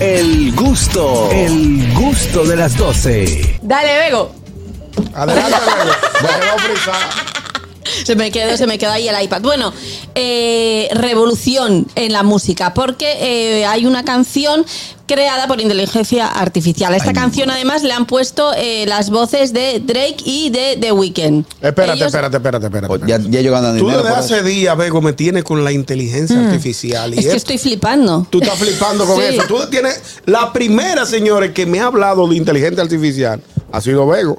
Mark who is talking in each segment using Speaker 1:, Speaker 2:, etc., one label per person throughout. Speaker 1: El gusto, el gusto de las 12.
Speaker 2: Dale, Bego.
Speaker 3: Adelante, Leo. Me quedo frisado.
Speaker 2: Se me quedó, se me quedó ahí el iPad. Bueno, eh, revolución en la música, porque eh, hay una canción creada por inteligencia artificial. A Esta canción además le han puesto eh, las voces de Drake y de The Weeknd.
Speaker 3: Espérate,
Speaker 2: Ellos-
Speaker 3: espérate, espérate, espérate.
Speaker 4: Pues Ya, ya yo gano
Speaker 3: Tú
Speaker 4: dinero.
Speaker 3: desde
Speaker 4: por eso.
Speaker 3: hace días, Bego, me tienes con la inteligencia artificial. Y
Speaker 2: Mm. Es que
Speaker 3: esto-
Speaker 2: estoy flipando.
Speaker 3: eh. Tú estás flipando con
Speaker 2: Sí.
Speaker 3: eso. Tú tienes la primera, señores, que me ha hablado de inteligencia artificial. Ha sido Vego.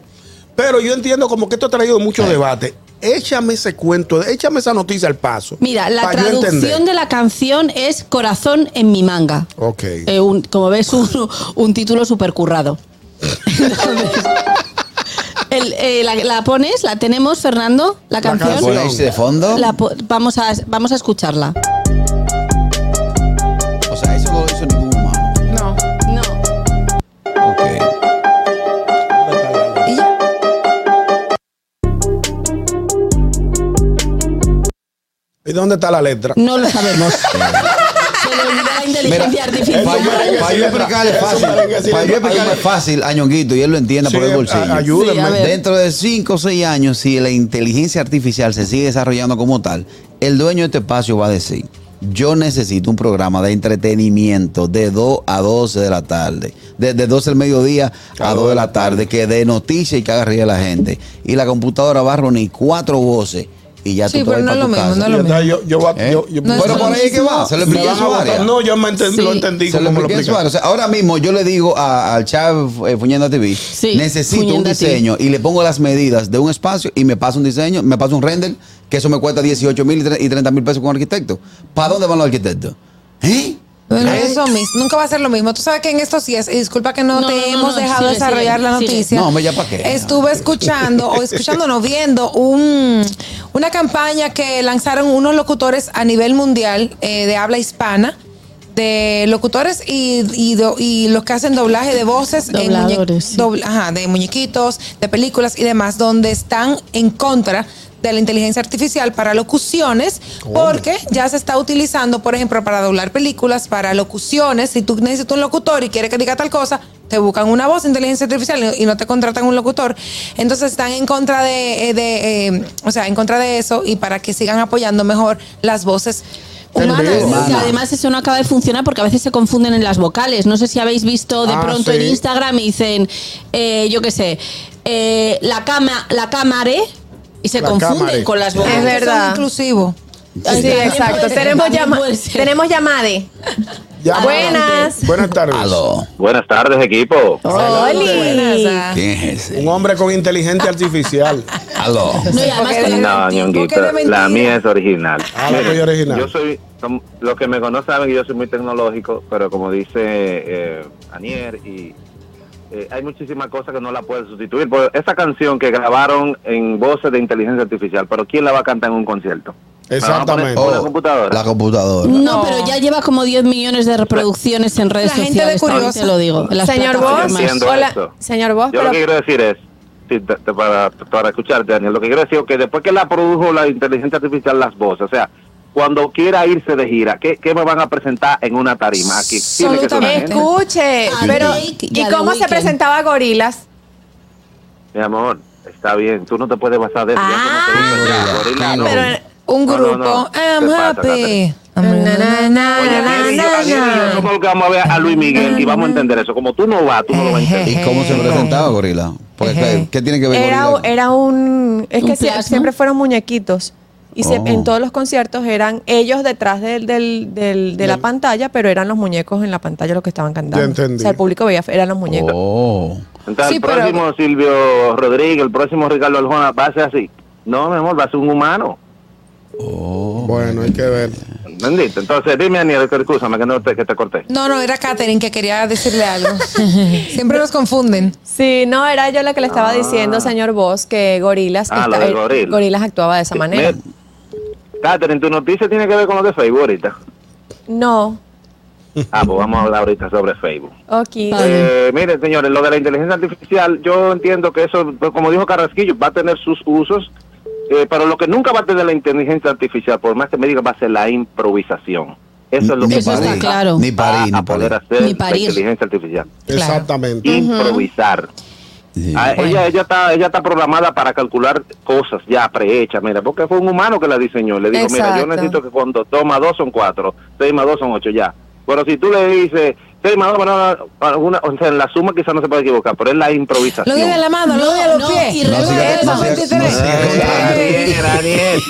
Speaker 3: Pero yo entiendo como que esto ha traído mucho
Speaker 4: Eh.
Speaker 3: debate. Échame ese cuento, échame esa noticia al paso.
Speaker 2: Mira, la
Speaker 3: pa' yo entender.
Speaker 2: traducción de la canción es Corazón en mi manga.
Speaker 3: Ok.
Speaker 2: Eh, un- como ves, un, un título supercurrado. Entonces, el- eh, la, la pones? ¿La tenemos, Fernando? ¿La canción?
Speaker 3: canción.
Speaker 4: ¿Ponéis de fondo?
Speaker 2: La po- vamos, a, vamos a escucharla.
Speaker 4: O sea, eso no lo hizo ningún humano.
Speaker 2: No. No.
Speaker 4: Ok.
Speaker 2: Y ya.
Speaker 3: ¿Y dónde está la letra?
Speaker 2: No lo sabemos. Se le olvidó la inteligencia
Speaker 4: Mira,
Speaker 2: artificial.
Speaker 4: Para yo,
Speaker 3: merengue
Speaker 4: pa'
Speaker 3: sin
Speaker 4: yo
Speaker 3: letra.
Speaker 4: explicarle
Speaker 3: Eso
Speaker 4: fácil.
Speaker 3: merengue sin
Speaker 4: Para yo
Speaker 3: letra.
Speaker 4: explicarle fácil a Ñonguito y él lo entienda por
Speaker 3: Sí,
Speaker 4: el bolsillo.
Speaker 3: a-
Speaker 2: Sí, a
Speaker 3: Ayúdenme.
Speaker 2: ver.
Speaker 4: Dentro de 5 o 6 años, si la inteligencia artificial se sigue desarrollando como tal, el dueño de este espacio va a decir, yo necesito un programa de entretenimiento de 2 a 12 de la tarde, desde 12 del mediodía a
Speaker 5: Ah,
Speaker 4: 2 de la tarde, que dé noticias y que haga reír a la gente. Y la computadora va a reunir cuatro voces y ya
Speaker 5: Sí,
Speaker 4: tú te vas
Speaker 5: pero no
Speaker 4: para
Speaker 5: es
Speaker 4: tu
Speaker 5: lo mismo,
Speaker 4: casa.
Speaker 5: no es lo
Speaker 3: Yo- yo- yo- yo-
Speaker 4: ¿Eh?
Speaker 3: yo- yo-
Speaker 5: No,
Speaker 4: Pero
Speaker 5: es
Speaker 4: por ahí que va,
Speaker 5: mismo.
Speaker 4: se lo
Speaker 3: Me
Speaker 4: expliqué a
Speaker 3: van a
Speaker 4: Suárez.
Speaker 3: votar. No, yo me enten-
Speaker 5: Sí.
Speaker 3: lo entendí
Speaker 4: Se lo
Speaker 3: como lo
Speaker 4: expliqué a
Speaker 3: explicaste.
Speaker 4: Suárez. O sea, ahora mismo yo le digo a- al Chav eh, Fuñenda TV,
Speaker 2: Sí,
Speaker 4: necesito un
Speaker 2: Fuñenda TV.
Speaker 4: diseño y le pongo las medidas de un espacio y me pasa un diseño, me pasa un render, que eso me cuesta 18 mil y tre- y 30 mil pesos con arquitecto. ¿Para dónde van los arquitectos? ¿Eh?
Speaker 5: No, no
Speaker 4: ¿Eh?
Speaker 5: es lo mismo. Nunca va a ser lo mismo. Tú sabes que en estos días, y disculpa que no,
Speaker 2: No,
Speaker 5: te
Speaker 2: no, no,
Speaker 5: hemos
Speaker 2: no,
Speaker 5: dejado
Speaker 2: sigue,
Speaker 5: desarrollar
Speaker 2: sigue,
Speaker 5: la
Speaker 2: sigue.
Speaker 5: noticia.
Speaker 4: No, hombre, ya pa' qué.
Speaker 5: Estuve escuchando, o escuchando, no, viendo un, una campaña que lanzaron unos locutores a nivel mundial eh, de habla hispana, de locutores y, y do- y los que hacen doblaje de voces, en muñe-
Speaker 2: Dobladores, sí.
Speaker 5: dobl- ajá, de muñequitos, de películas y demás, donde están en contra de la inteligencia artificial para locuciones, porque ya se está utilizando, por ejemplo, para doblar películas, para locuciones. Si tú necesitas un locutor y quieres que diga tal cosa, te buscan una voz de inteligencia artificial y y no te contratan un locutor. Entonces están en contra de, eh, de, eh, o sea, en contra de eso y para que sigan apoyando mejor las voces humanas.
Speaker 3: vivo.
Speaker 2: Humanas.
Speaker 4: Humana.
Speaker 2: Además, eso no acaba de funcionar porque a veces se confunden en las vocales. No sé si habéis visto de
Speaker 3: Ah,
Speaker 2: pronto
Speaker 3: sí.
Speaker 2: en Instagram y dicen, eh, yo qué sé, eh, la cama, la cámara y se
Speaker 3: La
Speaker 2: confunden
Speaker 3: cámara.
Speaker 2: con las
Speaker 5: Porque
Speaker 2: vocales.
Speaker 6: Es
Speaker 5: son
Speaker 6: verdad.
Speaker 5: inclusivo.
Speaker 2: Ay,
Speaker 6: Sí,
Speaker 2: también puede
Speaker 6: exacto.
Speaker 2: ser,
Speaker 6: Tenemos,
Speaker 2: también
Speaker 6: llama
Speaker 2: puede ser.
Speaker 6: tenemos llamada.
Speaker 3: Ya-
Speaker 6: Buenas.
Speaker 3: Buenas tardes.
Speaker 4: Aló.
Speaker 7: Buenas tardes, equipo.
Speaker 6: Oli.
Speaker 5: Buenas, ah.
Speaker 4: ¿Quién es ese?
Speaker 3: Un hombre con inteligencia artificial.
Speaker 4: Aló.
Speaker 2: No, y además
Speaker 5: Porque
Speaker 2: con la-
Speaker 5: de
Speaker 7: No,
Speaker 5: mentira,
Speaker 7: ñonguito,
Speaker 5: ¿por qué de mentira?
Speaker 7: la mía es original.
Speaker 3: Ah, la
Speaker 7: Miren,
Speaker 3: tuya original.
Speaker 7: Yo soy, som- los que me conocen saben que yo soy muy tecnológico, pero como dice eh, Anier, y eh, hay muchísimas cosas que no la puedes sustituir. Por esa canción que grabaron en voces de inteligencia artificial, pero ¿quién la va a cantar en un concierto? ¿Me la van a poner
Speaker 3: Exactamente.
Speaker 7: por
Speaker 4: Oh,
Speaker 7: la computadora.
Speaker 4: La computadora.
Speaker 2: No, pero ya lleva como 10 millones de reproducciones en redes
Speaker 5: La gente de
Speaker 2: sociales. también
Speaker 5: Curiosa.
Speaker 2: Te lo digo. en las
Speaker 6: Señor
Speaker 2: plataformas.
Speaker 6: Vos.
Speaker 7: Yo entiendo eso.
Speaker 6: Hola. Señor
Speaker 7: Yo
Speaker 6: Vos, Oh, pero
Speaker 7: lo que quiero decir es, sí, te- te- para, para escucharte, Daniel, lo que quiero decir es que después que la produjo la inteligencia artificial las voces, o sea, cuando quiera irse de gira, ¿qué, qué me van a presentar en una tarima aquí? Tiene que ser una
Speaker 5: Absolutamente.
Speaker 7: gente.
Speaker 6: escuche.
Speaker 2: Ah,
Speaker 6: Pero,
Speaker 2: Drake y
Speaker 6: ¿y
Speaker 2: a The
Speaker 6: cómo se
Speaker 2: Weeknd.
Speaker 6: presentaba Gorilas?
Speaker 7: Mi amor, está bien, tú no te puedes basar de eso.
Speaker 6: Ah,
Speaker 4: Ah, no.
Speaker 6: Pero
Speaker 5: Un
Speaker 7: No, no,
Speaker 5: grupo.
Speaker 7: no.
Speaker 5: I'm
Speaker 7: ¿Qué pasa,
Speaker 5: happy.
Speaker 6: Na, na, na, na, na, na.
Speaker 7: Somos los que vamos a ver a Luis Miguel y vamos a entender eso. Como tú no vas, tú no lo vas a entender.
Speaker 4: ¿Y cómo se
Speaker 5: Eh.
Speaker 4: presentaba Gorila? Porque,
Speaker 5: Ejé.
Speaker 4: ¿Qué tiene que ver
Speaker 6: Era,
Speaker 4: Gorila?
Speaker 6: era un. Es
Speaker 2: Un
Speaker 6: que sie-
Speaker 2: plasma.
Speaker 6: siempre fueron muñequitos. Y se-
Speaker 4: Oh.
Speaker 6: en todos los conciertos eran ellos detrás del, del- del- de la pantalla, pero eran los muñecos en la pantalla los que estaban cantando.
Speaker 3: Ya entendí.
Speaker 6: O sea, el público veía, eran los muñecos.
Speaker 4: Oh.
Speaker 7: Entonces,
Speaker 6: Sí,
Speaker 7: el
Speaker 6: pero-
Speaker 7: próximo Silvio Rodríguez, el próximo Ricardo Aljona va a ser así. No, mi amor, va a ser un humano.
Speaker 4: Oh.
Speaker 3: Bueno, hay que ver.
Speaker 7: ¿Entendiste? Entonces, dime, Daniel, que escúchame que, no te, que te corté.
Speaker 5: No, no, era Katherine que quería decirle algo. Siempre nos confunden.
Speaker 6: Sí, no, era yo la que le estaba
Speaker 7: Ah.
Speaker 6: diciendo, señor Vos, que Gorilas,
Speaker 7: Ah, lo de
Speaker 6: eh,
Speaker 7: Goril.
Speaker 6: Gorilas actuaba de esa manera.
Speaker 7: Mira, Catherine, tu noticia tiene que ver con lo de Facebook ahorita.
Speaker 6: No,
Speaker 7: Ah, pues vamos a hablar ahorita sobre Facebook.
Speaker 6: ok.
Speaker 7: Eh, miren, señores, lo de la inteligencia artificial, yo entiendo que eso, pues, como dijo Carrasquillo, va a tener sus usos, eh, pero lo que nunca va a tener la inteligencia artificial, por más que me diga, va a ser la improvisación. Eso es lo que
Speaker 2: Eso está
Speaker 7: vamos
Speaker 2: claro.
Speaker 4: Ni
Speaker 7: a,
Speaker 4: parir,
Speaker 7: a
Speaker 4: ni
Speaker 7: poder
Speaker 4: parir.
Speaker 7: hacer
Speaker 2: Ni
Speaker 7: la
Speaker 2: parir.
Speaker 7: inteligencia artificial.
Speaker 3: Exactamente.
Speaker 7: Improvisar.
Speaker 4: Sí.
Speaker 7: Ah, ella, ella, está, ella está programada para calcular cosas ya prehechas, mira, porque fue un humano que la diseñó. Le dijo, mira, yo
Speaker 5: Exacto.
Speaker 7: necesito que cuando 2 más 2 son 4, 6 más 2 son 8, ya. Bueno, si tú le dices 6 más 2, bueno, alguna, o sea, en la suma quizás no se puede equivocar, pero es la improvisación.
Speaker 5: Lo de la mano, lo de los
Speaker 2: No,
Speaker 5: pies.
Speaker 2: y
Speaker 5: Lo
Speaker 2: No
Speaker 5: de
Speaker 2: sigas-
Speaker 5: esos
Speaker 2: no sigas-
Speaker 5: 23.
Speaker 4: no sigas-
Speaker 5: Ey.
Speaker 7: Daniel,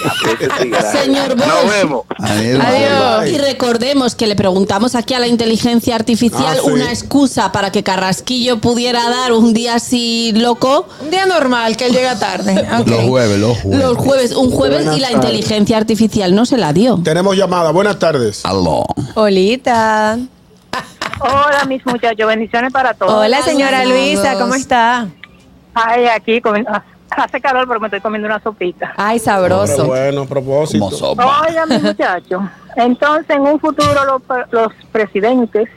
Speaker 7: Daniel.
Speaker 2: Señor Bosch.
Speaker 7: Nos vemos.
Speaker 4: Adiós.
Speaker 3: Adiós.
Speaker 2: Y recordemos que le preguntamos aquí a la inteligencia artificial
Speaker 3: Ah, sí.
Speaker 2: una excusa para que Carrasquillo pudiera dar un día así loco.
Speaker 5: Un día normal que él llega tarde. Ok.
Speaker 4: Los jueves, los jueves.
Speaker 2: Los jueves, un jueves y la inteligencia artificial no se la dio.
Speaker 3: Tenemos llamada. Buenas tardes.
Speaker 4: Aló.
Speaker 6: Olita.
Speaker 8: Hola, mis muchachos, bendiciones para todos.
Speaker 6: Hola, señora
Speaker 5: saludos.
Speaker 6: Luisa, ¿cómo está?
Speaker 8: Ay, aquí comi- ah, hace calor, pero me estoy comiendo una sopita.
Speaker 6: Ay,
Speaker 3: Ahora,
Speaker 6: sabroso.
Speaker 3: bueno, a propósito.
Speaker 4: Como sopa.
Speaker 8: Oigan, mis muchachos, entonces en un futuro los, pre- los presidentes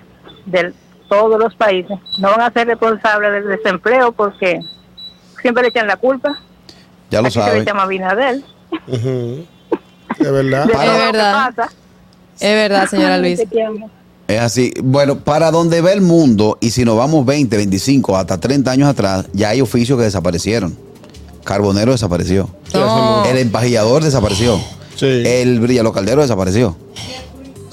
Speaker 8: de todos los países no van a ser responsables del desempleo porque siempre le echan la culpa.
Speaker 4: Ya lo
Speaker 8: Aquí se le
Speaker 4: sabe.
Speaker 8: llama Abinader.
Speaker 3: Ujú. De verdad.
Speaker 4: Ah,
Speaker 8: De
Speaker 6: Para-
Speaker 8: todo lo que
Speaker 6: verdad.
Speaker 8: pasa.
Speaker 6: Es verdad, señora
Speaker 8: Ay,
Speaker 6: Luisa.
Speaker 8: te quiero.
Speaker 4: Es así. Bueno, para donde ve el mundo, y si nos vamos 20, 25, hasta 30 años atrás, ya hay oficios que desaparecieron. Carbonero desapareció.
Speaker 6: No.
Speaker 4: El empajillador desapareció.
Speaker 3: Sí.
Speaker 4: El brillalocaldero desapareció.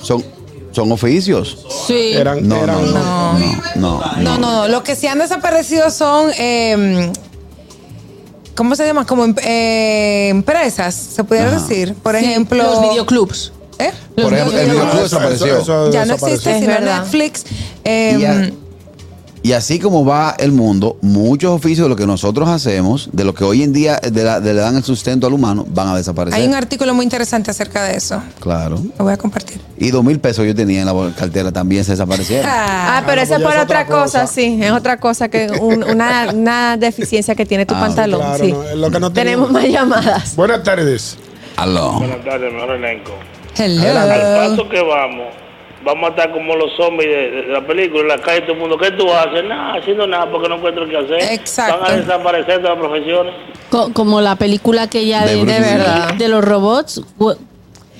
Speaker 4: Son, son oficios.
Speaker 2: Sí.
Speaker 3: Eran,
Speaker 4: No,
Speaker 3: eran-
Speaker 4: no, no. No,
Speaker 5: No, no, no. Los que se han desaparecido son. eh, ¿Cómo se llama? Como em- eh, empresas, se pudiera
Speaker 4: Ajá.
Speaker 5: decir. Por
Speaker 2: Sí,
Speaker 5: ejemplo.
Speaker 2: Los videoclubs.
Speaker 5: ¿Eh?
Speaker 4: Por ejemplo, el
Speaker 3: No,
Speaker 4: videoclub
Speaker 3: eso-
Speaker 4: desapareció.
Speaker 3: eso- eso
Speaker 5: Ya no
Speaker 3: desapareció.
Speaker 5: existe,
Speaker 6: Es
Speaker 5: sino
Speaker 6: verdad.
Speaker 5: Netflix.
Speaker 4: Y, a-
Speaker 5: eh,
Speaker 4: y así como va el mundo, muchos oficios de lo que nosotros hacemos, de lo que hoy en día de la- de le dan el sustento al humano, van a desaparecer.
Speaker 5: hay un artículo muy interesante acerca de eso.
Speaker 4: claro.
Speaker 5: Lo voy a compartir.
Speaker 4: Y dos mil pesos yo tenía en la bol- cartera, también se desaparecieron.
Speaker 5: Ah,
Speaker 6: Ah, pero esa es
Speaker 3: ya
Speaker 6: por
Speaker 3: es
Speaker 6: otra
Speaker 3: otra cosa.
Speaker 6: cosa, sí. Es otra cosa que un- una, una deficiencia que tiene tu
Speaker 4: Ah,
Speaker 6: pantalón.
Speaker 3: claro,
Speaker 6: sí.
Speaker 3: no, eh. es lo que no teníamos.
Speaker 6: Tenemos más llamadas.
Speaker 3: Buenas tardes.
Speaker 4: Aló.
Speaker 9: Buenas tardes, mejor elenco. Al
Speaker 3: Eh.
Speaker 5: hello.
Speaker 9: paso que vamos, vamos a estar como los zombies de, de la película, en la calle, todo el mundo. ¿Qué tú haces? Nada, haciendo nada porque no encuentro qué hacer.
Speaker 5: Exacto.
Speaker 9: Van a desaparecer de las profesiones.
Speaker 2: Co- como la película aquella
Speaker 4: De
Speaker 2: de,
Speaker 4: Bruce
Speaker 2: de,
Speaker 4: Willis.
Speaker 2: verdad, de los robots. Wo-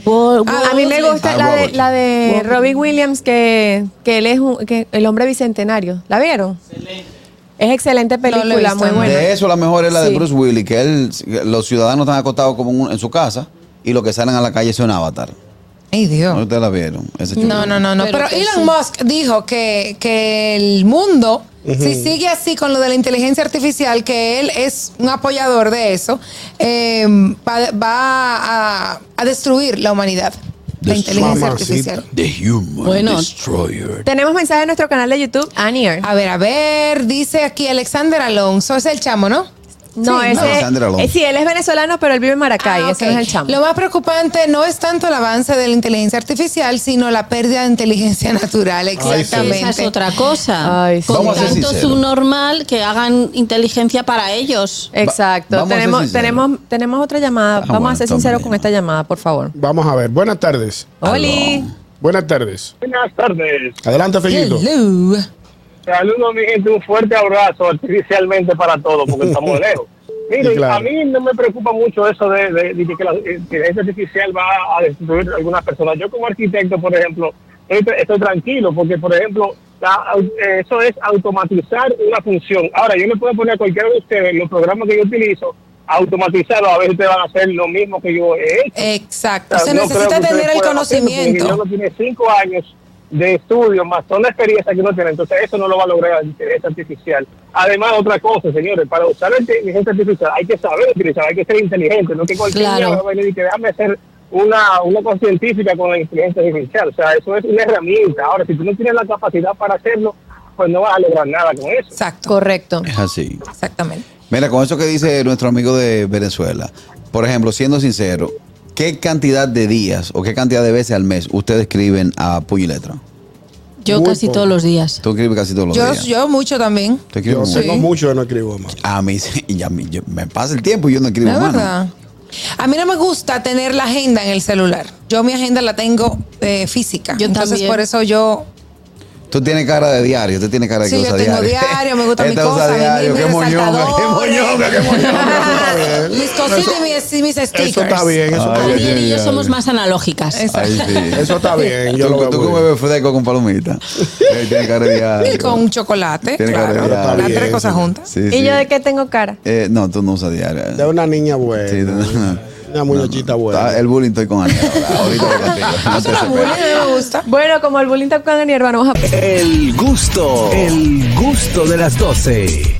Speaker 2: wo-
Speaker 6: Ah, a mí me
Speaker 2: wo-
Speaker 6: gusta
Speaker 4: Ah,
Speaker 6: la de,
Speaker 4: Robert.
Speaker 6: la de Robin Williams, que, que él es un- que el hombre bicentenario. ¿La vieron? Es excelente
Speaker 5: la he
Speaker 6: película,
Speaker 5: visto.
Speaker 6: muy buena.
Speaker 4: De eso la mejor es la
Speaker 6: Sí.
Speaker 4: de Bruce Willis, que él, los ciudadanos están acostados como en un- en su casa y los que salen a la calle son avatar.
Speaker 5: Ay,
Speaker 4: ¿No
Speaker 5: Dios.
Speaker 4: ustedes la vieron? Ese chulo.
Speaker 5: No, no, no, no.
Speaker 2: Pero
Speaker 5: Pero,
Speaker 2: que
Speaker 5: Elon
Speaker 2: sí.
Speaker 5: Musk dijo que, que el mundo, si sigue así con lo de la inteligencia artificial, que él es un apoyador de eso, eh, va, va a, a destruir la humanidad. La
Speaker 4: Destruir.
Speaker 5: inteligencia
Speaker 3: Mamacita.
Speaker 5: artificial.
Speaker 4: The Human
Speaker 2: Bueno.
Speaker 4: Destroyer.
Speaker 6: Tenemos mensaje en nuestro canal de YouTube, Ah, Anier.
Speaker 5: A ver, a ver, dice aquí Alexander Alonso, es el chamo, ¿no?
Speaker 6: No,
Speaker 4: Sí, no,
Speaker 6: ese.
Speaker 4: Sandra Alonso.
Speaker 6: eh, sí, él es venezolano, pero él vive en Maracay.
Speaker 5: Ah,
Speaker 6: Ese
Speaker 5: ok.
Speaker 6: no es el chamo.
Speaker 5: Lo más preocupante no es tanto el avance de la inteligencia artificial, sino la pérdida de inteligencia natural. Exactamente.
Speaker 2: Esa es otra cosa.
Speaker 6: Ay, sí.
Speaker 2: Con
Speaker 4: Vamos a ser
Speaker 2: tanto
Speaker 4: sinceros.
Speaker 2: subnormal que hagan inteligencia para ellos.
Speaker 6: Exacto.
Speaker 4: Va- vamos a ser
Speaker 6: tenemos,
Speaker 4: sinceros.
Speaker 6: tenemos, tenemos otra llamada.
Speaker 4: Ah,
Speaker 6: vamos a
Speaker 4: bueno,
Speaker 6: ser sinceros
Speaker 4: también.
Speaker 6: con esta llamada, por favor.
Speaker 3: Vamos a ver. Buenas tardes.
Speaker 6: Oli.
Speaker 3: Buenas tardes.
Speaker 10: Buenas tardes.
Speaker 3: Adelante, Fellito.
Speaker 5: Hello.
Speaker 10: Saludos, mi gente. Un fuerte abrazo artificialmente para todos, porque estamos lejos. Miren,
Speaker 3: Sí, claro.
Speaker 10: a mí no me preocupa mucho eso de, de- de que la inteligencia artificial va a destruir a algunas personas. Yo como arquitecto, por ejemplo, estoy, estoy tranquilo porque, por ejemplo, la au- eh, eso es automatizar una función. Ahora, yo le puedo poner a cualquiera de ustedes los programas que yo utilizo, automatizarlos, a ver si te van a hacer lo mismo que yo he hecho.
Speaker 5: Exacto.
Speaker 10: O sea,
Speaker 5: Se
Speaker 10: Ah, no
Speaker 5: necesita
Speaker 10: creo que
Speaker 5: tener
Speaker 10: ustedes
Speaker 5: el
Speaker 10: puedan hacerlo, porque
Speaker 5: conocimiento.
Speaker 10: Yo no tiene cinco años de estudio, más toda la experiencia que uno tiene. Entonces, eso no lo va a lograr la inteligencia artificial. Además, otra cosa, señores, para usar la inteligencia artificial hay que saber utilizar, hay que ser inteligente, no que cualquier
Speaker 2: Claro.
Speaker 10: día va a venir y que déjame hacer una, una cosa científica con la inteligencia artificial. O sea, eso es una herramienta. Ahora, si tú no tienes la capacidad para hacerlo, pues no vas a lograr nada con eso.
Speaker 5: Exacto.
Speaker 6: Correcto.
Speaker 4: Es así.
Speaker 5: Exactamente.
Speaker 4: Mira, con eso que dice nuestro amigo de Venezuela, por ejemplo, siendo sincero, ¿qué cantidad de días o qué cantidad de veces al mes ustedes escriben a puño y letra?
Speaker 2: Yo
Speaker 3: Muy
Speaker 2: casi
Speaker 3: poco.
Speaker 2: todos los días.
Speaker 4: Tú escribes casi todos los
Speaker 5: Yo,
Speaker 4: días.
Speaker 5: yo mucho también.
Speaker 4: ¿Tú escribes
Speaker 3: Yo
Speaker 4: mucho?
Speaker 3: tengo mucho que no escribo más.
Speaker 4: A mí, sí, y a mí yo- me pasa el tiempo y yo no escribo
Speaker 5: La
Speaker 4: mano.
Speaker 5: verdad. A mí no me gusta tener la agenda en el celular. Yo mi agenda la tengo eh, física.
Speaker 2: Yo
Speaker 5: Entonces
Speaker 2: también.
Speaker 5: por eso yo
Speaker 4: Tú Tú tienes cara de diario, tú tienes cara de
Speaker 5: Sí,
Speaker 4: que
Speaker 5: yo
Speaker 4: usa
Speaker 5: tengo
Speaker 4: diario.
Speaker 5: diario, me gusta mi
Speaker 4: Esta
Speaker 5: cosa, mi-
Speaker 4: diario,
Speaker 5: mi-
Speaker 4: qué
Speaker 5: mis
Speaker 4: moñonga, qué
Speaker 5: resaltadores.
Speaker 4: moñonga, qué moñonga.
Speaker 5: Mis cositas y mis, y mis stickers.
Speaker 3: Eso está bien, eso
Speaker 4: Ay,
Speaker 3: está
Speaker 2: Daniel
Speaker 3: bien.
Speaker 2: y yo
Speaker 4: ya,
Speaker 2: somos
Speaker 4: ya.
Speaker 2: más analógicas.
Speaker 4: Ahí sí.
Speaker 3: Eso está bien, yo
Speaker 4: Yo
Speaker 3: lo veo
Speaker 4: tú
Speaker 3: muy
Speaker 4: que
Speaker 3: bien.
Speaker 4: bebes fresco con palomita. Él tiene cara de diario.
Speaker 5: Y con un chocolate,
Speaker 4: Tiene
Speaker 5: claro.
Speaker 4: cara de
Speaker 5: Las
Speaker 4: diario.
Speaker 5: tres
Speaker 3: Bien,
Speaker 5: cosas
Speaker 3: sí.
Speaker 5: juntas.
Speaker 4: Sí,
Speaker 6: ¿Y
Speaker 4: sí.
Speaker 6: yo de qué tengo cara?
Speaker 4: Eh, no, tú no usas diario.
Speaker 3: De una niña buena.
Speaker 4: Sí, de una-
Speaker 3: Una muñechita buena.
Speaker 4: Ah, El bullying estoy con Aniel ahora. Ahorita voy contigo. No te
Speaker 5: Eso es bullying,
Speaker 4: desesperes.
Speaker 5: a mí me gusta.
Speaker 6: Bueno, como el bullying está con Aniel, vamos a...
Speaker 1: El gusto, el gusto de las 12.